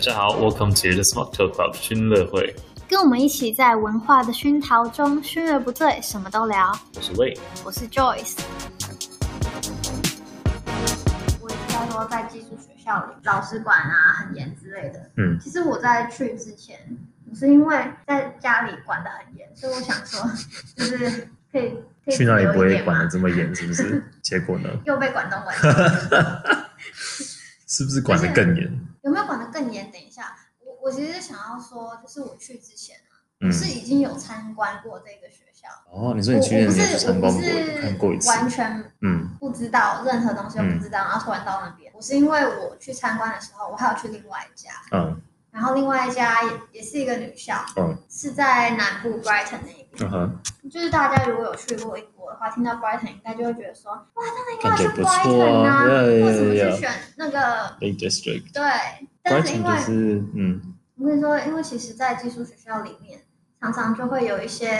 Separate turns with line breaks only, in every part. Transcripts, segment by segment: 家好，Welcome to the Smart Talk Club 新乐会，
跟我们一起在文化的熏陶中，熏而不醉，什么都聊。
我是魏。
我是 Joyce，
我以前说在寄宿学校里，老师管啊很严之类的。
嗯
其实我在去之前，我是因为在家里管得很严，所以我想 说，就是可以可以
去哪里不
自由
会
一点
管
嘛
得这么严，是不是？ 结果呢，
又被管到 完，
是不是管得更严？
有没有管得更严？等一下，我我其实想要说，就是我去之前啊，
嗯，
是已经有参观过这个学校。
哦，你说
我
你
我
去年
不
你有
是
参
我
观
不
过，看过一
是
次，
完全
嗯
不知道任何东西都
嗯
不知道，然后突然到那边。我是因为我去参观的时候，我还有去另外一家，
嗯
然后另外一家也也是一个女校，
嗯
是在南部 Brighton 那一边。
嗯哼，
就是大家如果有去过英国的话，听到 Brighton 应该就会觉得说，哇，那应该要
感
去
觉不错
Brighton
啊
啊，为什么
，yeah
去
yeah yeah
选那个？
，Big District，
对，
关
但是
键
因
就
为
是嗯
我跟你说，因为其实，在寄宿学校里面，常常就会有一些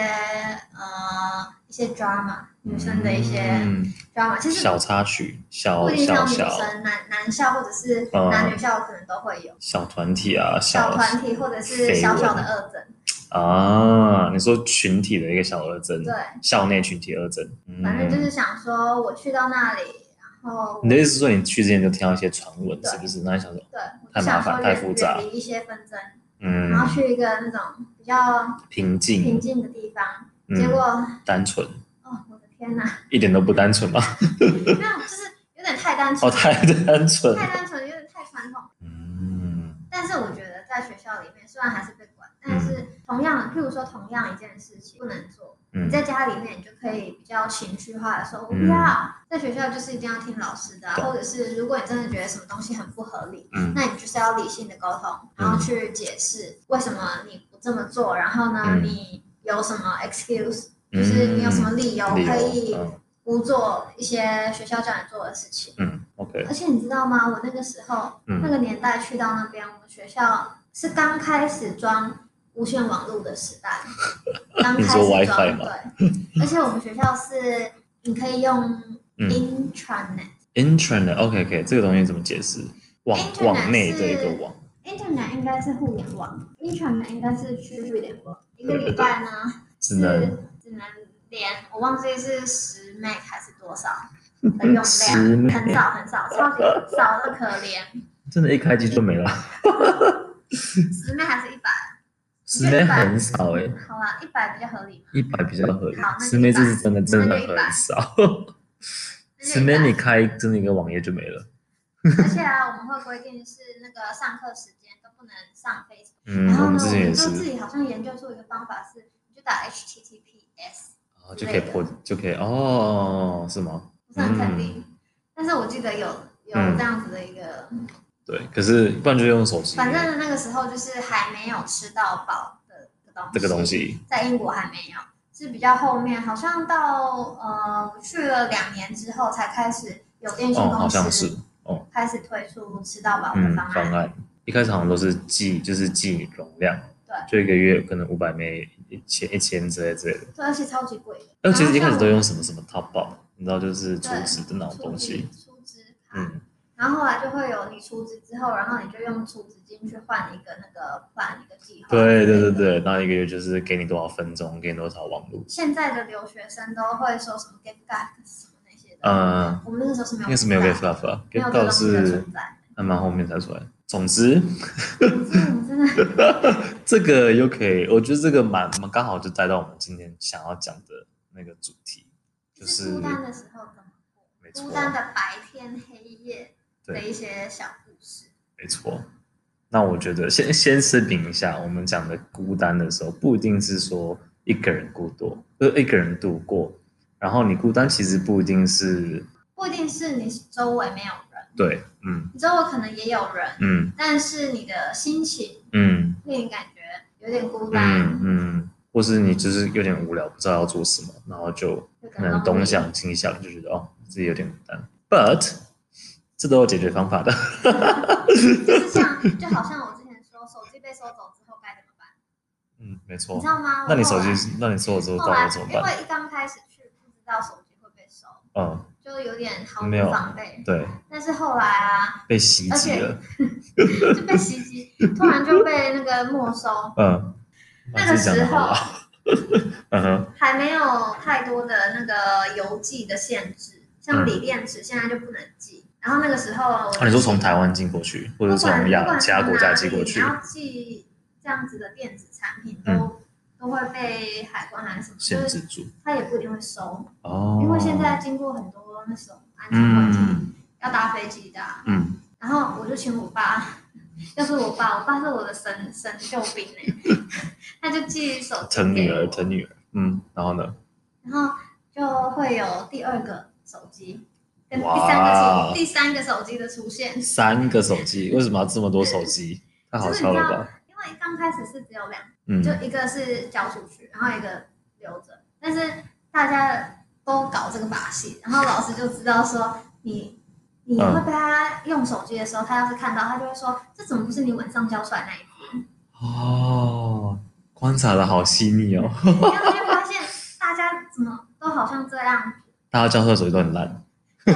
呃一些 drama，女生的一些
嗯
drama，其实
小插曲，
不
小
一定
小
要女
小
生，男男校或者是
嗯
男女校可能都会有
小团体啊，
小
小
团体或者是小小的恶整，
啊，你说群体的一个小二针，
对。
校内群体二针，
反正
嗯
就。是想说，我去到那里，然后
你的意思是说你去之前就听到一些传闻，
对
是不是？那你想说，
对，我
太
就
麻
想
烦
说
太
远
复杂
远离一些纷争，
嗯
然，后去一个那种比较
平
平
静，
静的地方。
嗯
结果，
单纯，
哦，我的天哪，
一点都不单纯嘛，
没有，就是有点太单
哦，
纯，
太单纯，
太单纯，有点太传统。
嗯
但是我觉得在学校里面，虽然还是被管，但是同样，譬如说同样一件事情不能做，你
嗯
在家里面你就可以比较情绪化的说，我不
嗯
要。在学校就是一定要听老师的啊，
对
或者是如果你真的觉得什么东西很不合理，
嗯
那你就是要理性的沟通，然后去解释为什么你不这么做，然后呢，
嗯
你有什么 excuse，
嗯
就是你有什么理由
理
可以
由，嗯
不做一些学校叫你做的事情。
嗯，OK，
而且你知道吗？我那个时候、
嗯
那个年代去到那边，我们学校是刚开始装无线网络的时代， 刚开
你
始
说
装
WiFi 吗
对，而且我们学校是你可以用
嗯
intranet，、
，Internet，OK，OK，、这个东西怎么解释？网
Internet
网内的一个网，
Internet 应该是互联网，Intranet 应该是区域联网。一个礼拜呢
只
是
能
只能连，我忘记是十 meg 还是多少 的用量，
10 meg
很少很少，超级少的可怜，
真的，一开机就没了，
十 meg 还是一百？
十枚很少哎、
好啦，一百比较合理嘛。
一百比较合理
好，那就
十枚这是真的
100
真的
那就100
很少，
那
十
就
枚你
100
开真的一个网页就没了，
而且啊，我们会规定是那个上课时间都不能上 Facebook，、
嗯
然，
我
后
们
呢，
之
我
前也
们
是
就，自己好像研究出一个方法是，你就打 HTTPS，
啊就可以破就可以哦，是吗？
不是很肯定，但是我记得有有
嗯
这样子的一个，
对，可是不然就用手机，
反正那个时候就是还没有吃到饱的东西，
这个东西，
在英国还没有，是比较后面，好像到呃我去了两年之后才开始有电信
哦，好
公
像是
司，
哦
开始推出吃到饱的
嗯，
方
方
案，
案一开始好像都是记，就是记容量，
对
就一个月可能五百枚、一千、一千之类之类的。
对，而且超级贵的。
但其实一开
然后像
始都
我
用什么什么 Top Up，你知道就是储
对
值的那种东西，
出资卡，
嗯，
然后后来就会有你出资之后，然后你就用出资金去换一个那个 plan 一个计划。
对对对。对，然后一个月就是给你多少分钟，给你多少网络，
现在的留学生都会说什么 gift card 什么那些的，
嗯，
我们那个时候是没有，
应该是没有 Get f l u f 啊
没有
，Get
这
f l u
个东
f
西的
是
存在。
还蛮后面才出来。总之，
总之我们真的
这个又可以，我觉得这个蛮蛮刚好就带到我们今天想要讲的那个主题， 就是
孤单的时候怎么过？
没错
孤单的白天黑夜的
对
一些小故事。
没错。那我觉得先先声明一下，我们讲的孤单的时候，不一定是说一个人孤独，呃，一个人度过。然后你孤单其实不一定是
不一定是你周围没有人，
对，嗯
你周围可能也有人，
嗯
但是你的心情
嗯
令你感觉有点孤单，
嗯嗯，或是你就是有点无聊，不知道要做什么，然后就
有
可
点
能
lonely
东想西想，就觉得哦自己有点孤单。But 这都有解决方法的，
就是像，就好像我之前说，手机被收走之后该怎么办？
嗯，没
你
错
知。道吗？
那你
我后
手
来
机，那你收了之后
后
到
来
底怎么
因
办？
为一刚开始去不知道手机会被收，
嗯，
就有点毫无
没有
防备。
对，
但是后来啊，
被袭击了，
就被袭击，突然就被那个没收，
嗯，
那个
老师讲
时
的好
候
啊，嗯哼，
还没有太多的那个邮寄的限制，像
嗯
锂电池现在就不能寄。然后那个时候我就，
啊，你说从台湾进过去，或
不
者
管
从
不
亚
管
其他
从
国家
哪
寄
里
过去嗯
你，要寄这样子的电子产品都、都会被海关啊还是什么，
限制
就是
住
他也不一定会收，
哦，
因为现在经过很多那种安全问题，
嗯
要搭飞机的啊、
嗯，
然后我就请我爸，要是我爸，我爸是我的神神救兵哎、 他就寄手机
疼女
给
儿
我，
疼女儿，嗯，然后呢，
然后就会有第二个手机跟第
哇
三个手第三个手机的出现，
三个手机，为什么要这么多手机？太好笑了吧？
因为刚开始是只有两个，
嗯，
就一个是交出去，然后一个留着，但是大家都搞这个把戏，然后老师就知道说你。你
嗯
会被他用手机的时候，他要是看到，他就会说：“这怎么不是你晚上交出来那一份？”
哦，观察的好细腻哦，
然后就发现大家怎么都好像这样，
大家教授手机都很烂，
就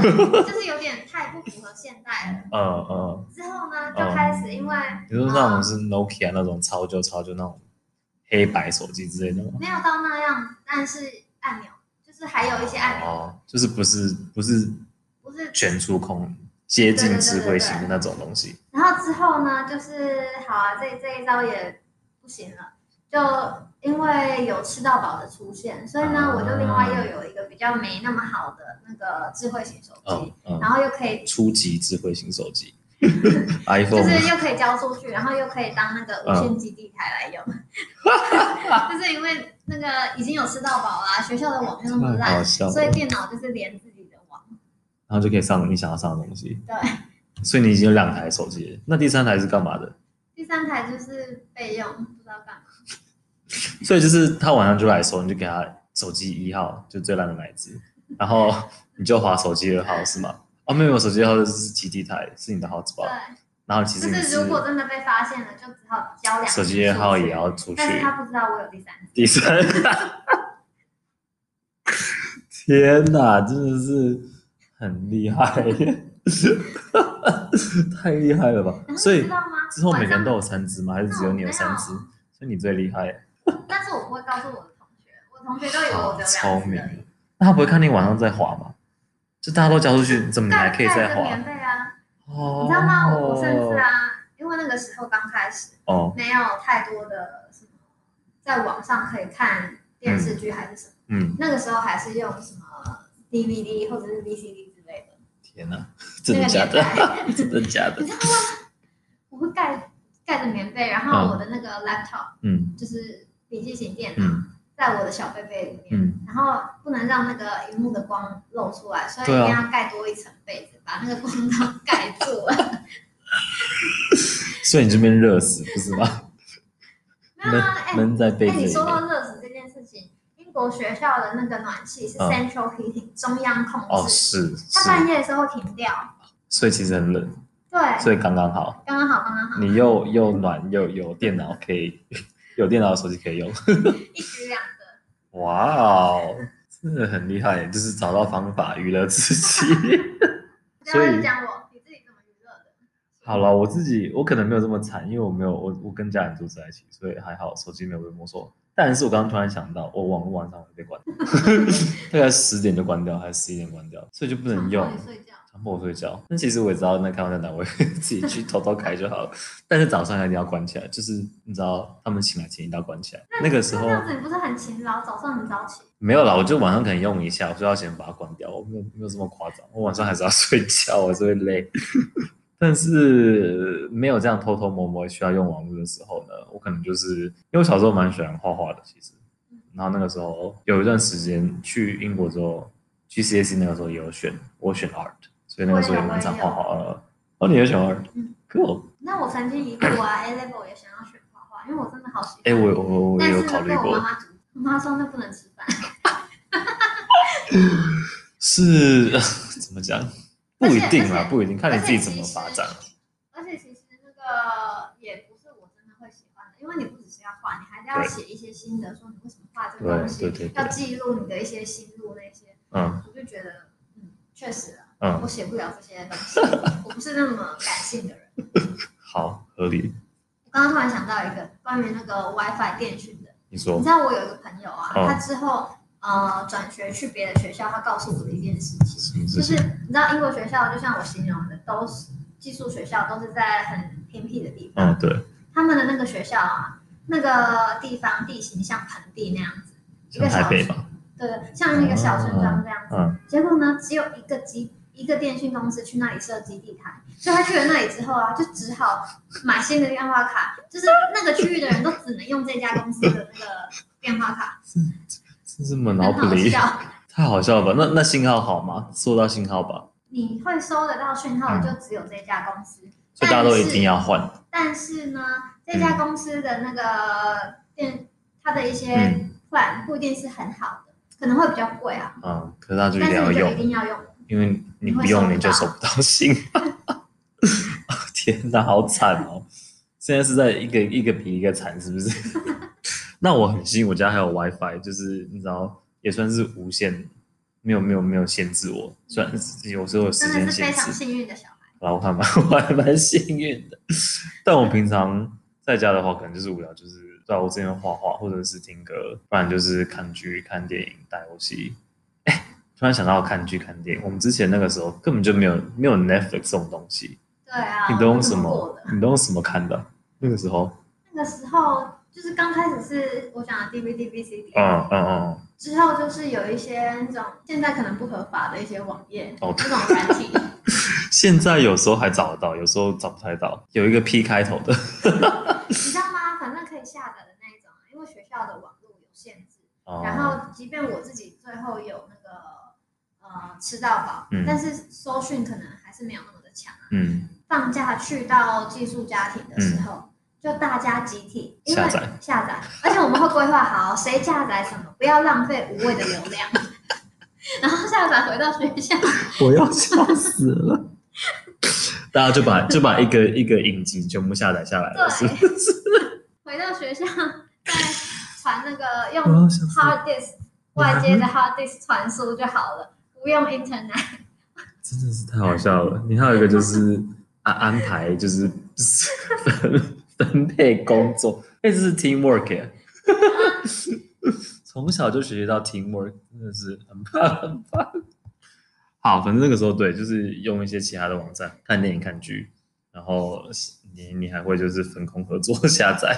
是有点太不符合现代了。
嗯嗯，
之后呢，就开始因为
你说那种是 Nokia 那种超旧超旧那种黑白手机之类的吗？
没有到那样，但是按钮就是还有一些按钮
哦，就是不是不是
不是。
全触控，接近智慧型的那种东西，
然后之后呢，就是好啊，这这一招也不行了，就因为有吃到饱的出现，所以呢，
啊
我就另外又有一个比较没那么好的那个智慧型手
嗯
机，
嗯，
然后又可以
初级智慧型手 机
就
iPhone，
是又可以交出去，然后又可以当那个无线基地台来用，
嗯
就是因为那个已经有吃到饱啊啦、学校的网又那么
太好
烂，
笑了哦
所以电脑就是连自己的网。
然后就可以上你想要上的东西，
对，
所以你已经有两台手机了，那第三台是干嘛的？
第三台就是备用，不知道干嘛。
所以就是他晚上就来收，你就给他手机一号，就最烂的那一只，然后你就划手机二号是吗？哦，没有，没有手机二号就是基地台，是你的号子吧？
对，
然后其实
就
你
是如果真的被发现了，就只好交两
手机二号也要出去，
但是他不知道我有第三 台。
第三，天哪，真的是很厉害，太厉害了吧！
然后
所
你
以
知道吗？
之后每个人都有
晚上
三只吗？还是只有你有三只
没有？
所以你最厉害。
但是我不会告诉我的同学，我同学都以为我只有两只
超明
而已。
那他不会看你晚上在滑吗？就大家都交出去，怎么你还
盖
可以再
盖着
滑？
棉被啊，
哦，
你知道吗？我我甚至啊，因为那个时候刚开始。
哦，
没有太多的什么，在网上可以看电视剧还是什么，
嗯，
那个时候还是用什么 DVD 或者是 VCD 之类的。
天哪，真的假的？
那个年代，
真的假的
你？知道吗？我会盖盖着棉被，然后我的那个 laptop、
嗯
就是笔记型电
嗯
脑，啊在我的小被被里面。
嗯，
然后不能让那个荧幕的光露出来，所以一
对啊
定要盖多一层被子，把那个光都盖住了。
所以你这边热死不是吗？
没有啊，哎、
闷在被
哎，
子里
你说
面。
到热死这件事情，英国学校的那个暖气是
嗯
central heating、中央控
哦，
制，
是
它
是，
半夜的时候停掉。
所以其实很冷，
对，
所以刚刚好，
刚刚好，刚刚好，
你又又暖又有电脑可以， 有电脑手机可以用。
一举两得。
哇哦，真的很厉害，就是找到方法娱乐自己。
不
所以
要再讲我，你自己怎么娱乐的？
好了，我自己我可能没有这么惨，因为我没有我我跟家人住在一起，所以还好手机没有被没收。但是我刚刚突然想到，我网络晚上会被关， 大概十点就关掉，还是十一点关掉，所以就不能用
强迫。你睡觉。
强迫我睡觉，但其实我也知道那开完单，我也自己去偷偷开就好了。 但是早上一定要关起来，就是你知道他们醒来前一定要关起来。那个时候
这样子你不是很勤劳？早上很早起，
没有啦，我就晚上可能用一下，我就要先把它关掉。我没有没有这么夸张，我晚上还是要 睡觉，我是会累。但是没有这样偷偷摸摸需要用网络的时候呢，我可能就是因为我小时候蛮喜欢画画的，其实
嗯，
然后那个时候有一段时间去英国之后，去 CAC E 那个时候也有选，我选 art，所以那个时候也蛮常画画的。哦，你也喜欢 art？
嗯
，cool。
那我曾经一度啊 A level 也想要学画画，因为我真的好喜欢。
哎，我我我
但
也
是
有
呢
考虑
被我妈
过，
妈阻止，我妈说那不能吃饭，
是 怎么讲？不
而且
一定
而
啦，
且
不一定，看你自己怎么
而且其实
发展。啊
而且其实那个也不是我真的会喜欢的，因为你不只是要画，你还是要
对
写一些心得，说你为什么画这个东西，
对对对对
要记录你的一些心路那些，
嗯。
我就觉得嗯，确实啊，
嗯，
我写不了这些东西，我不是那么感性的人。
好，合理。
我刚刚突然想到一个关于那个 WiFi 电讯的，
你
你
说
知道我有一个朋友啊，
哦
他之后呃转学去别的学校，他告诉我的一件事情，
什么
就
事
是
情？
你知道英国学校就像我形容的，都是寄宿学校，都是在很偏僻的地方。
嗯，对，
他们的那个学校啊，那个地方地形像盆地那样子，一
像
个
台
小
北
村，
吧，
对，像那个小村庄这样子。
嗯，
结果呢，只有一个基一个电讯公司去那里设基地台，所以他去了那里之后啊，就只好买新的电话卡，就是那个区域的人都只能用这家公司的那个电话卡，
这是门
很
脑
好
不离，
笑。
太好笑了吧？那那信号好吗？收到信号吧，
你会收得到讯号的就只有这家公司，
所以大家都一
但是
定要换。
但是呢，这家公司的那个电，它的一些
嗯
plan 不一定是很好的，可能会比较贵啊，
嗯，可是他就一
但
定
是
要
你就一
用，
定要用。
因为你不用你就收不到信。 天哪，好惨哦！现在是在一个一个比一个惨，是不 是？那我很幸运，我家还有 WiFi，就是你知道，也算是无限，没有没有没有限制我，虽然有时候有时间
真的是
限
非
制
常，幸运的小孩，
然后我还蛮 我还蛮幸运的。但我平常在家的话，可能就是无聊，就是对啊我这边画画，或者是听歌，不然就是看剧、看电影、打游戏。哎，突然想到看剧、看电影，我们之前那个时候根本就没有没有 Netflix 这种东西，
对啊，
你都用
我是
什
这么
么
过的？？
你都用什么看的？那个时候，
那个时候就是刚开始是我想的 DVD、VCD，、
嗯嗯嗯，
之后就是有一些那种现在可能不合法的一些网页，
哦
那种软体，
现在有时候还找得到，有时候找不太到。有一个 P 开头的，
你知道吗？反正可以下载的那一种，啊因为学校的网络有限制。
哦
然后，即便我自己最后有那个呃吃到饱，
嗯
但是搜讯可能还是没有那么的强啊。
嗯，
放假去到寄宿家庭的时候，就大家集体因为
下载
下载，而且我们会规划好谁下载什么，不要浪费无谓的流 量。然后下载回到学校，
我要笑死了。大家就把就把一个一个影集全部下载下来了，是不
对
是？
回到学校再传那个
我
用
要嗯笑死了
hard disk 外接的 hard disk 传输就好了，不用 internet。
真的是太好笑了。你还有一个就是安安排，就是分 分配工作，哎，这是 teamwork 耶。从小就学习到 teamwork，真的是很棒很棒。好，反正那个时候对，就是用一些其他的网站看电影、看剧，然后你你还会就是分工合作 下载。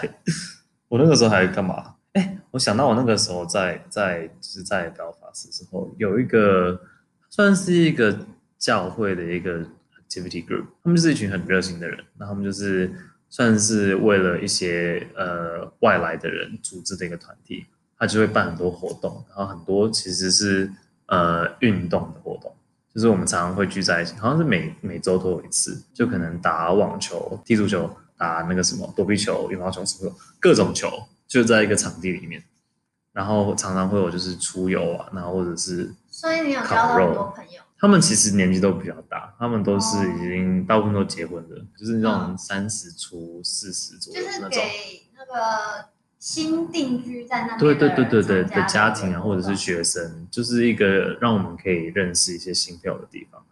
我那个时候还干嘛？哎，我想到我那个时候在在就是在表法斯之后，有一个算是一个教会的一个 activity group，他们就是一群很热心的人，那他们就是算是为了一些呃外来的人组织的一个团体，他就会办很多活动，然后很多其实是呃运动的活动。就是我们常常会聚在一起，好像是每每周都有一次，就可能打网球、踢足球、打那个什么躲避球、羽毛球什么的各种球，就在一个场地里面。然后常常会有就是出游啊，然后或者是
所以你有交到很多朋友，
他们其实年纪都比较大，他们都是
哦
已经大部分都结婚的，就是那种三十出四十左右
嗯就
的那
是
种。
给那个新定居在那边
对
的
对对对对
人参
的家
加的
庭啊，
活
或者
动
是学生，就是一个让我们可以认识一些新朋友的地方。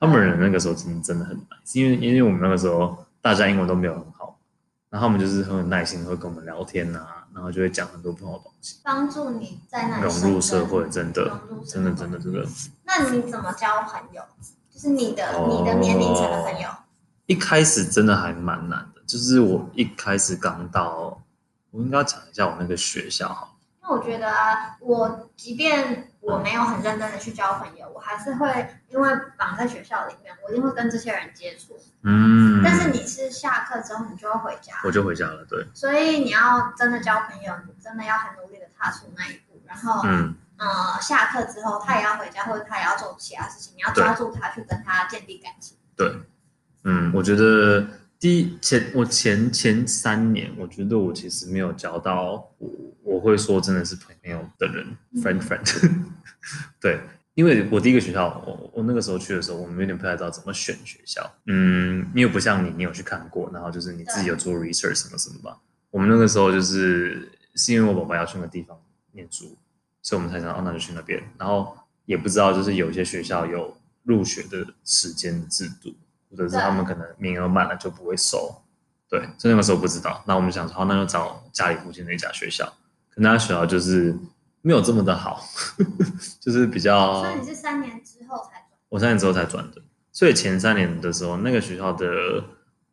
他
嗯
们人那个时候真的真的很 nice，因为因为我们那个时候大家英文都没有很好，然后他们就是很有耐心，会跟我们聊天啊，然后就会讲很多不好的东西，
帮助你在那里
融入社
生
会，
根
真的
融入社
真的
会
真的真的。
那你怎么交朋友？就是你的、
哦
你的年龄层的朋友，
一开始真的还蛮难的，就是我一开始刚到，我应该讲一下我那个学校哈，
因为我觉得啊我即便我没有很认真的去交朋友，我还是会因为绑在学校里面，我一定会跟这些人接触。
嗯，
但是你是下课之后你就要回家，
我就回家了，对，
所以你要真的交朋友，你真的要很努力的踏出那一步，然后。
嗯，
呃，下课之后他也要回家，或者他也要做其他事情，你要抓住他去跟他建立感情。
嗯，我觉得第一前我前前三年，我觉得我其实没有交到我我会说真的是朋友的人、
嗯
f r i e n d friend。对，因为我第一个学校，我我那个时候去的时候，我们有点不太知道怎么选学校。嗯，因为不像你，你有去看过，然后就是你自己有做 research 什么什么吧。我们那个时候就是是因为我爸爸要去那个地方念书，所以我们才想，哦，那就去那边。然后也不知道，就是有一些学校有入学的时间制度，或者是
对
他们可能名额满了就不会收。对，所以那个时候不知道。那我们想说，好那就找家里附近的一家学校，可那家学校就是没有这么的好， 就是比较
所以你是三年之后才转，
我三年之后才转的，所以前三年的时候，那个学校的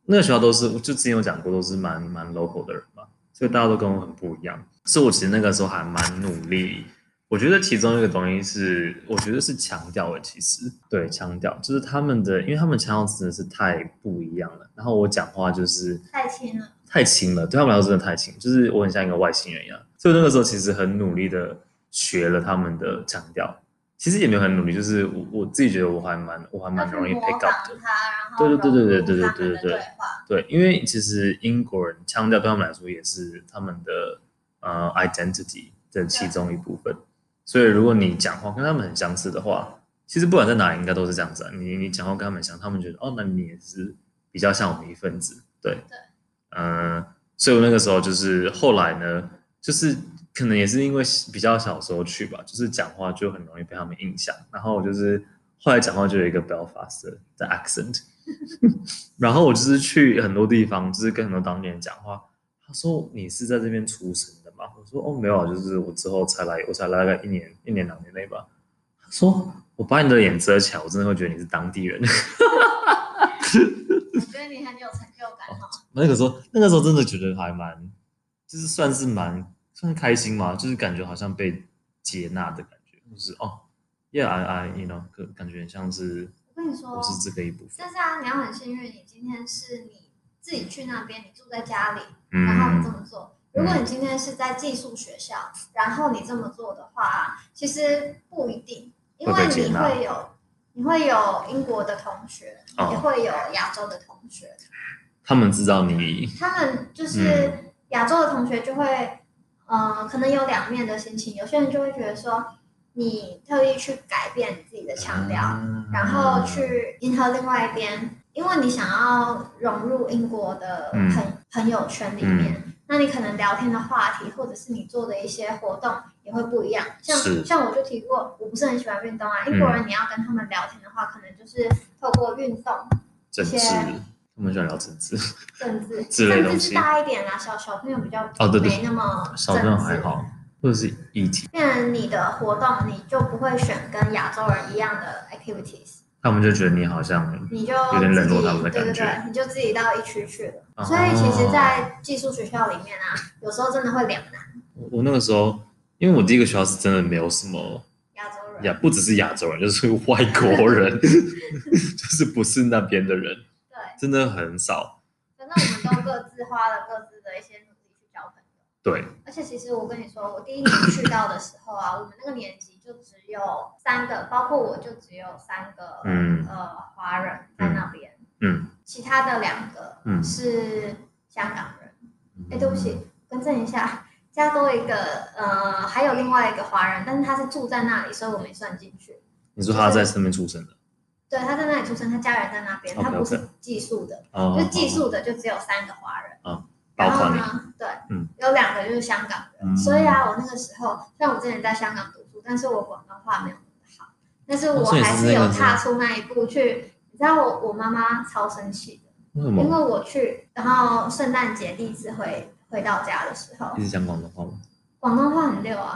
那个学校都是就之前有讲过，都是蛮蛮 local 的人嘛，所以大家都跟我很不一样。所以我其实那个时候还蛮努力。我觉得其中一个东西是，我觉得是强调的，其实对强调就是他们的，因为他们腔调真的是太不一样了。然后我讲话就是
太轻了，
太轻了，对他们来说真的太轻，就是我很像一个外星人一样。所以那个时候其实很努力的学了他们的腔调，其实也没有很努力，就是我我自己觉得我还蛮我还蛮
要
容易
去模
pick
仿
up 的。
他，然后
对对对对对
融
对对
入他们的
对对对
对话，
对，因为其实英国人腔调对他们来说也是他们的呃 identity 的其中一部分，所以如果你讲话跟他们很相似的话，其实不管在哪里应该都是这样子啊。你你讲话跟他们很像，他们觉得哦，那你也是比较像我们一份子，对，
对，
嗯、所以我那个时候就是后来呢，就是可能也是因为比较小时候去吧，就是讲话就很容易被他们影响，然后我就是后来讲话就有一个 Belfast 的的 accent。然后我就是去很多地方，就是跟很多当地人讲话。他说：“你是在这边出生的吗？”我说：“哦，没有啊，就是我之后才来，我才来大概一年、一年两年内吧。”他说：“我把你的脸遮起来，我真的会觉得你是当地人。
我觉得你很有成就感哦。”
那个时候，那个时候真的觉得还蛮，就是算是蛮算是开心嘛，就是感觉好像被接纳的感觉，就是哦，Yeah，I I you know，感感觉很像是
我跟你说
我，是这个一部分
但。是啊，你要很幸运，你今天是你自己去那边，你住在家里，然后你这
嗯，
么做。如果你今天是在寄宿学校，然后你这么做的话，其实不一定，因为
会被接
你
纳
会有你会有英国的同学，
哦
也会有亚洲的同学，
他们知道你，
他们
嗯
就是亚洲的同学就会，呃，可能有两面的心情，有些人就会觉得说，你特意去改变你自己的腔调，
啊
然后去迎合另外一边，因为你想要融入英国的朋、
嗯
朋友圈里面，那你可能聊天的话题或者是你做的一些活动也会不一样。像
是嗯
像我就提过，我不是很喜欢运动啊，英国人你要跟他们聊天的话，可能就是透过运动、
政治，
一些
他们喜欢聊政治。
政治，
之类的
甚
东
至
西
是大一点啊，小小朋友比较
哦对对
没那么
小朋友还好，或者是议题，
变成你的活动，你就不会选跟亚洲人一样的 activities。
他们就觉得你好像
你就
有点冷落
自己
他们的感
对对
觉
对，你就自己到一区去了。
哦
所以其实，在寄宿学校里面啊，有时候真的会两难，
我我那个时候，因为我第一个学校是真的没有什么
亚洲人。
亚，不只是亚洲人，就是外国人， 就是不是那边的人，
对，
真的很少。
反正我们都各自花了各自的一些努力去交朋友。
对，
而且其实我跟你说，我第一年去到的时候啊，我们那个年级就只有三个，包括我就只有三个，
嗯
呃，华人在那边，
嗯
其他的两个
嗯
是香港人。哎、对不起，更正一下，加多一个，呃，还有另外一个华人，但是他是住在那里，所以我没算进去。
你说他在身边出生的，
对，他在那里出生，他家人在那边，他
OK，OK
不是寄宿的，
哦，
就寄宿的就只有三个华人。
包
然
括
后
你，
呢，对，
嗯
有两个就是香港人。
嗯
所以啊，我那个时候，虽然我之前在香港读书，但是我广东话没有那么好，但是
哦
我
所以你
还
是那
是有
个
踏出那一步去。你知道我我妈妈超生气的，
为什
因
么
为我去，然后圣诞节第一次回回到家的时候，
一直讲广东话吗？
广东话很 溜啊。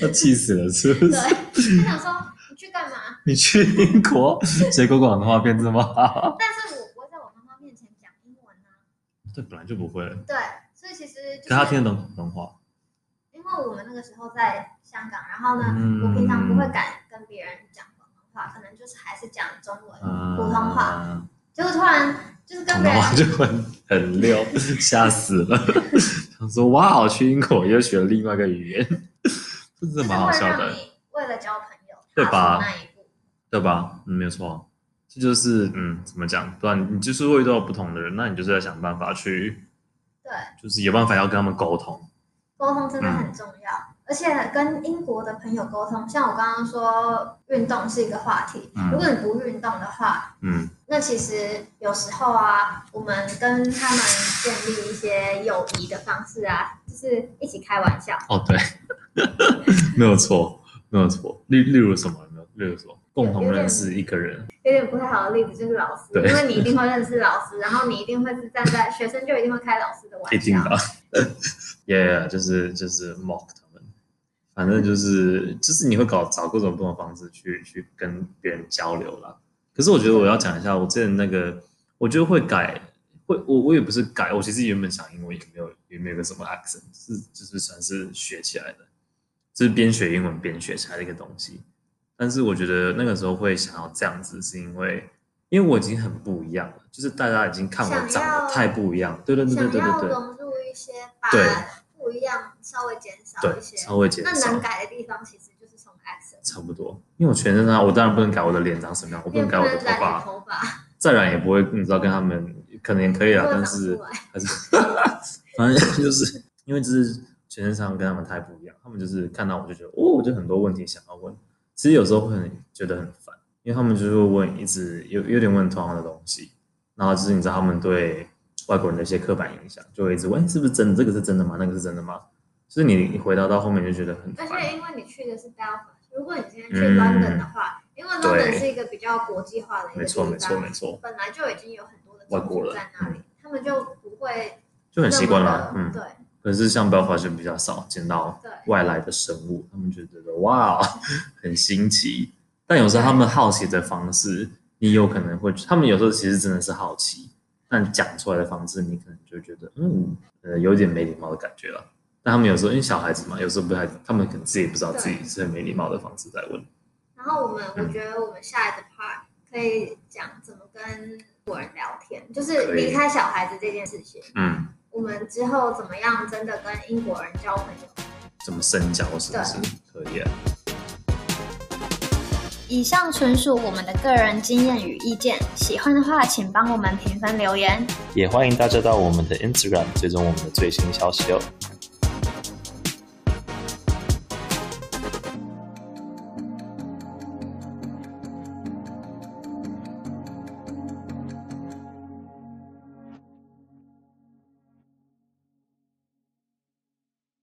他气死了，是不是？
对，他想说你去干嘛？
你去英国，结果广东话变这么好？
但是我不会在我妈妈面前讲英文啊。
对，本来就不会了，
对，所以其实就
可他
是
听得懂广东话。
因为我们那个时候在香港，然后呢，
嗯
我平常不会敢跟别人讲广东话，可能就是还是讲中文、
嗯
普通话。结果突然就是跟
广
别
东
人
话就很很 溜，吓死了。想说哇，我去英国又学了另外一个语言，这真
就
的
是
蛮好
会
笑
让
的，
你为了交朋友
对
踏
吧
出那一步。
对吧？嗯，没有错，这就是嗯，怎么讲？对吧？你就是会遇到不同的人，那你就是要想办法去，
对，
就是有办法要跟他们沟通。
沟通真的
嗯
很重要。而且跟英国的朋友沟通，像我刚刚说，运动是一个话题。
嗯
如果你不运动的话，
嗯，
那其实有时候啊，我们跟他们建立一些友谊的方式啊，就是一起开玩笑。
哦，对，没有错，没有错。例例如什么？有没有？例如什么？共同认识一个人。
有点不太好的例子就是老师，
对
因为你一定会认识老师，然后你一定会是站在学生就一定会开老师的
一
玩
定
笑
的。，yeah，就是就是 mock 他们，反正就是就是你会搞找各种不同的方式去去跟别人交流啦。可是我觉得我要讲一下，我之前那个，我觉得会改，会我我也不是改，我其实原本想英文也没有也没有个什么 accent，是就是算是学起来的，就是边学英文边学起来的一个东西。但是我觉得那个时候会想要这样子，是因为因为我已经很不一样了，就是大家已经看我
想
长
要
得太不一样，对对对对
想
对对
要
对。
融入一些，把
对
不一样稍微减少
对
一，些。
稍微减
那
少
能，改的地方其实就是从 accent，
差不多。因为我全身上，我当然不能改我的脸长什么样，我不
因为
能
不
改我的
能
头
染你
发，
头发，
再染也不会，你知道跟他们可能也可以啊，
如果
但
长
是
出来，
还是 反正就是因为就是全身上跟他们太不一样，他们就是看到我就觉得哦，我就很多问题想要问，其实有时候会很觉得很烦，因为他们就是会问一直有 有点问同样的东西，然后就是你知道他们对外国人的一些刻板印象，就会一直问哎是不是真的，这个是真的吗？那个是真的吗？就是你你回答到后面就觉得很
而
烦，
且因为你去的是 Belfast，如果你今天去
嗯
London 的话，因为 London
对
是一个比较国际化的一个
没
地方，
错没错没错，
本来就已经有很多的
外
种
国
族
人
在那里，他们就不会
就很习惯
那
了
么，的
嗯。
对
可是像 Belfast 就比较少见到
对。
外来的生物，他们就觉得哇，很新奇。但有时候他们好奇的方式，你有可能会，他们有时候其实真的是好奇，但讲出来的方式，你可能就觉得嗯，呃，有点没礼貌的感觉了。但他们有时候因为小孩子嘛，有时候不太，他们可能自己也不知道自己是很没礼貌的方式在问。
然后我们，
嗯
我觉得我们下一个 part 可以讲怎么跟国人聊天，就是
可以
离开小孩子这件事情。
嗯，
我们之后怎么样真的跟英国人交朋友？
怎么深交是不是可以啊？
以上纯属我们的个人经验与意见，喜欢的话请帮我们评分留言。
也欢迎大家到我们的 Instagram 追踪我们的最新消息哦。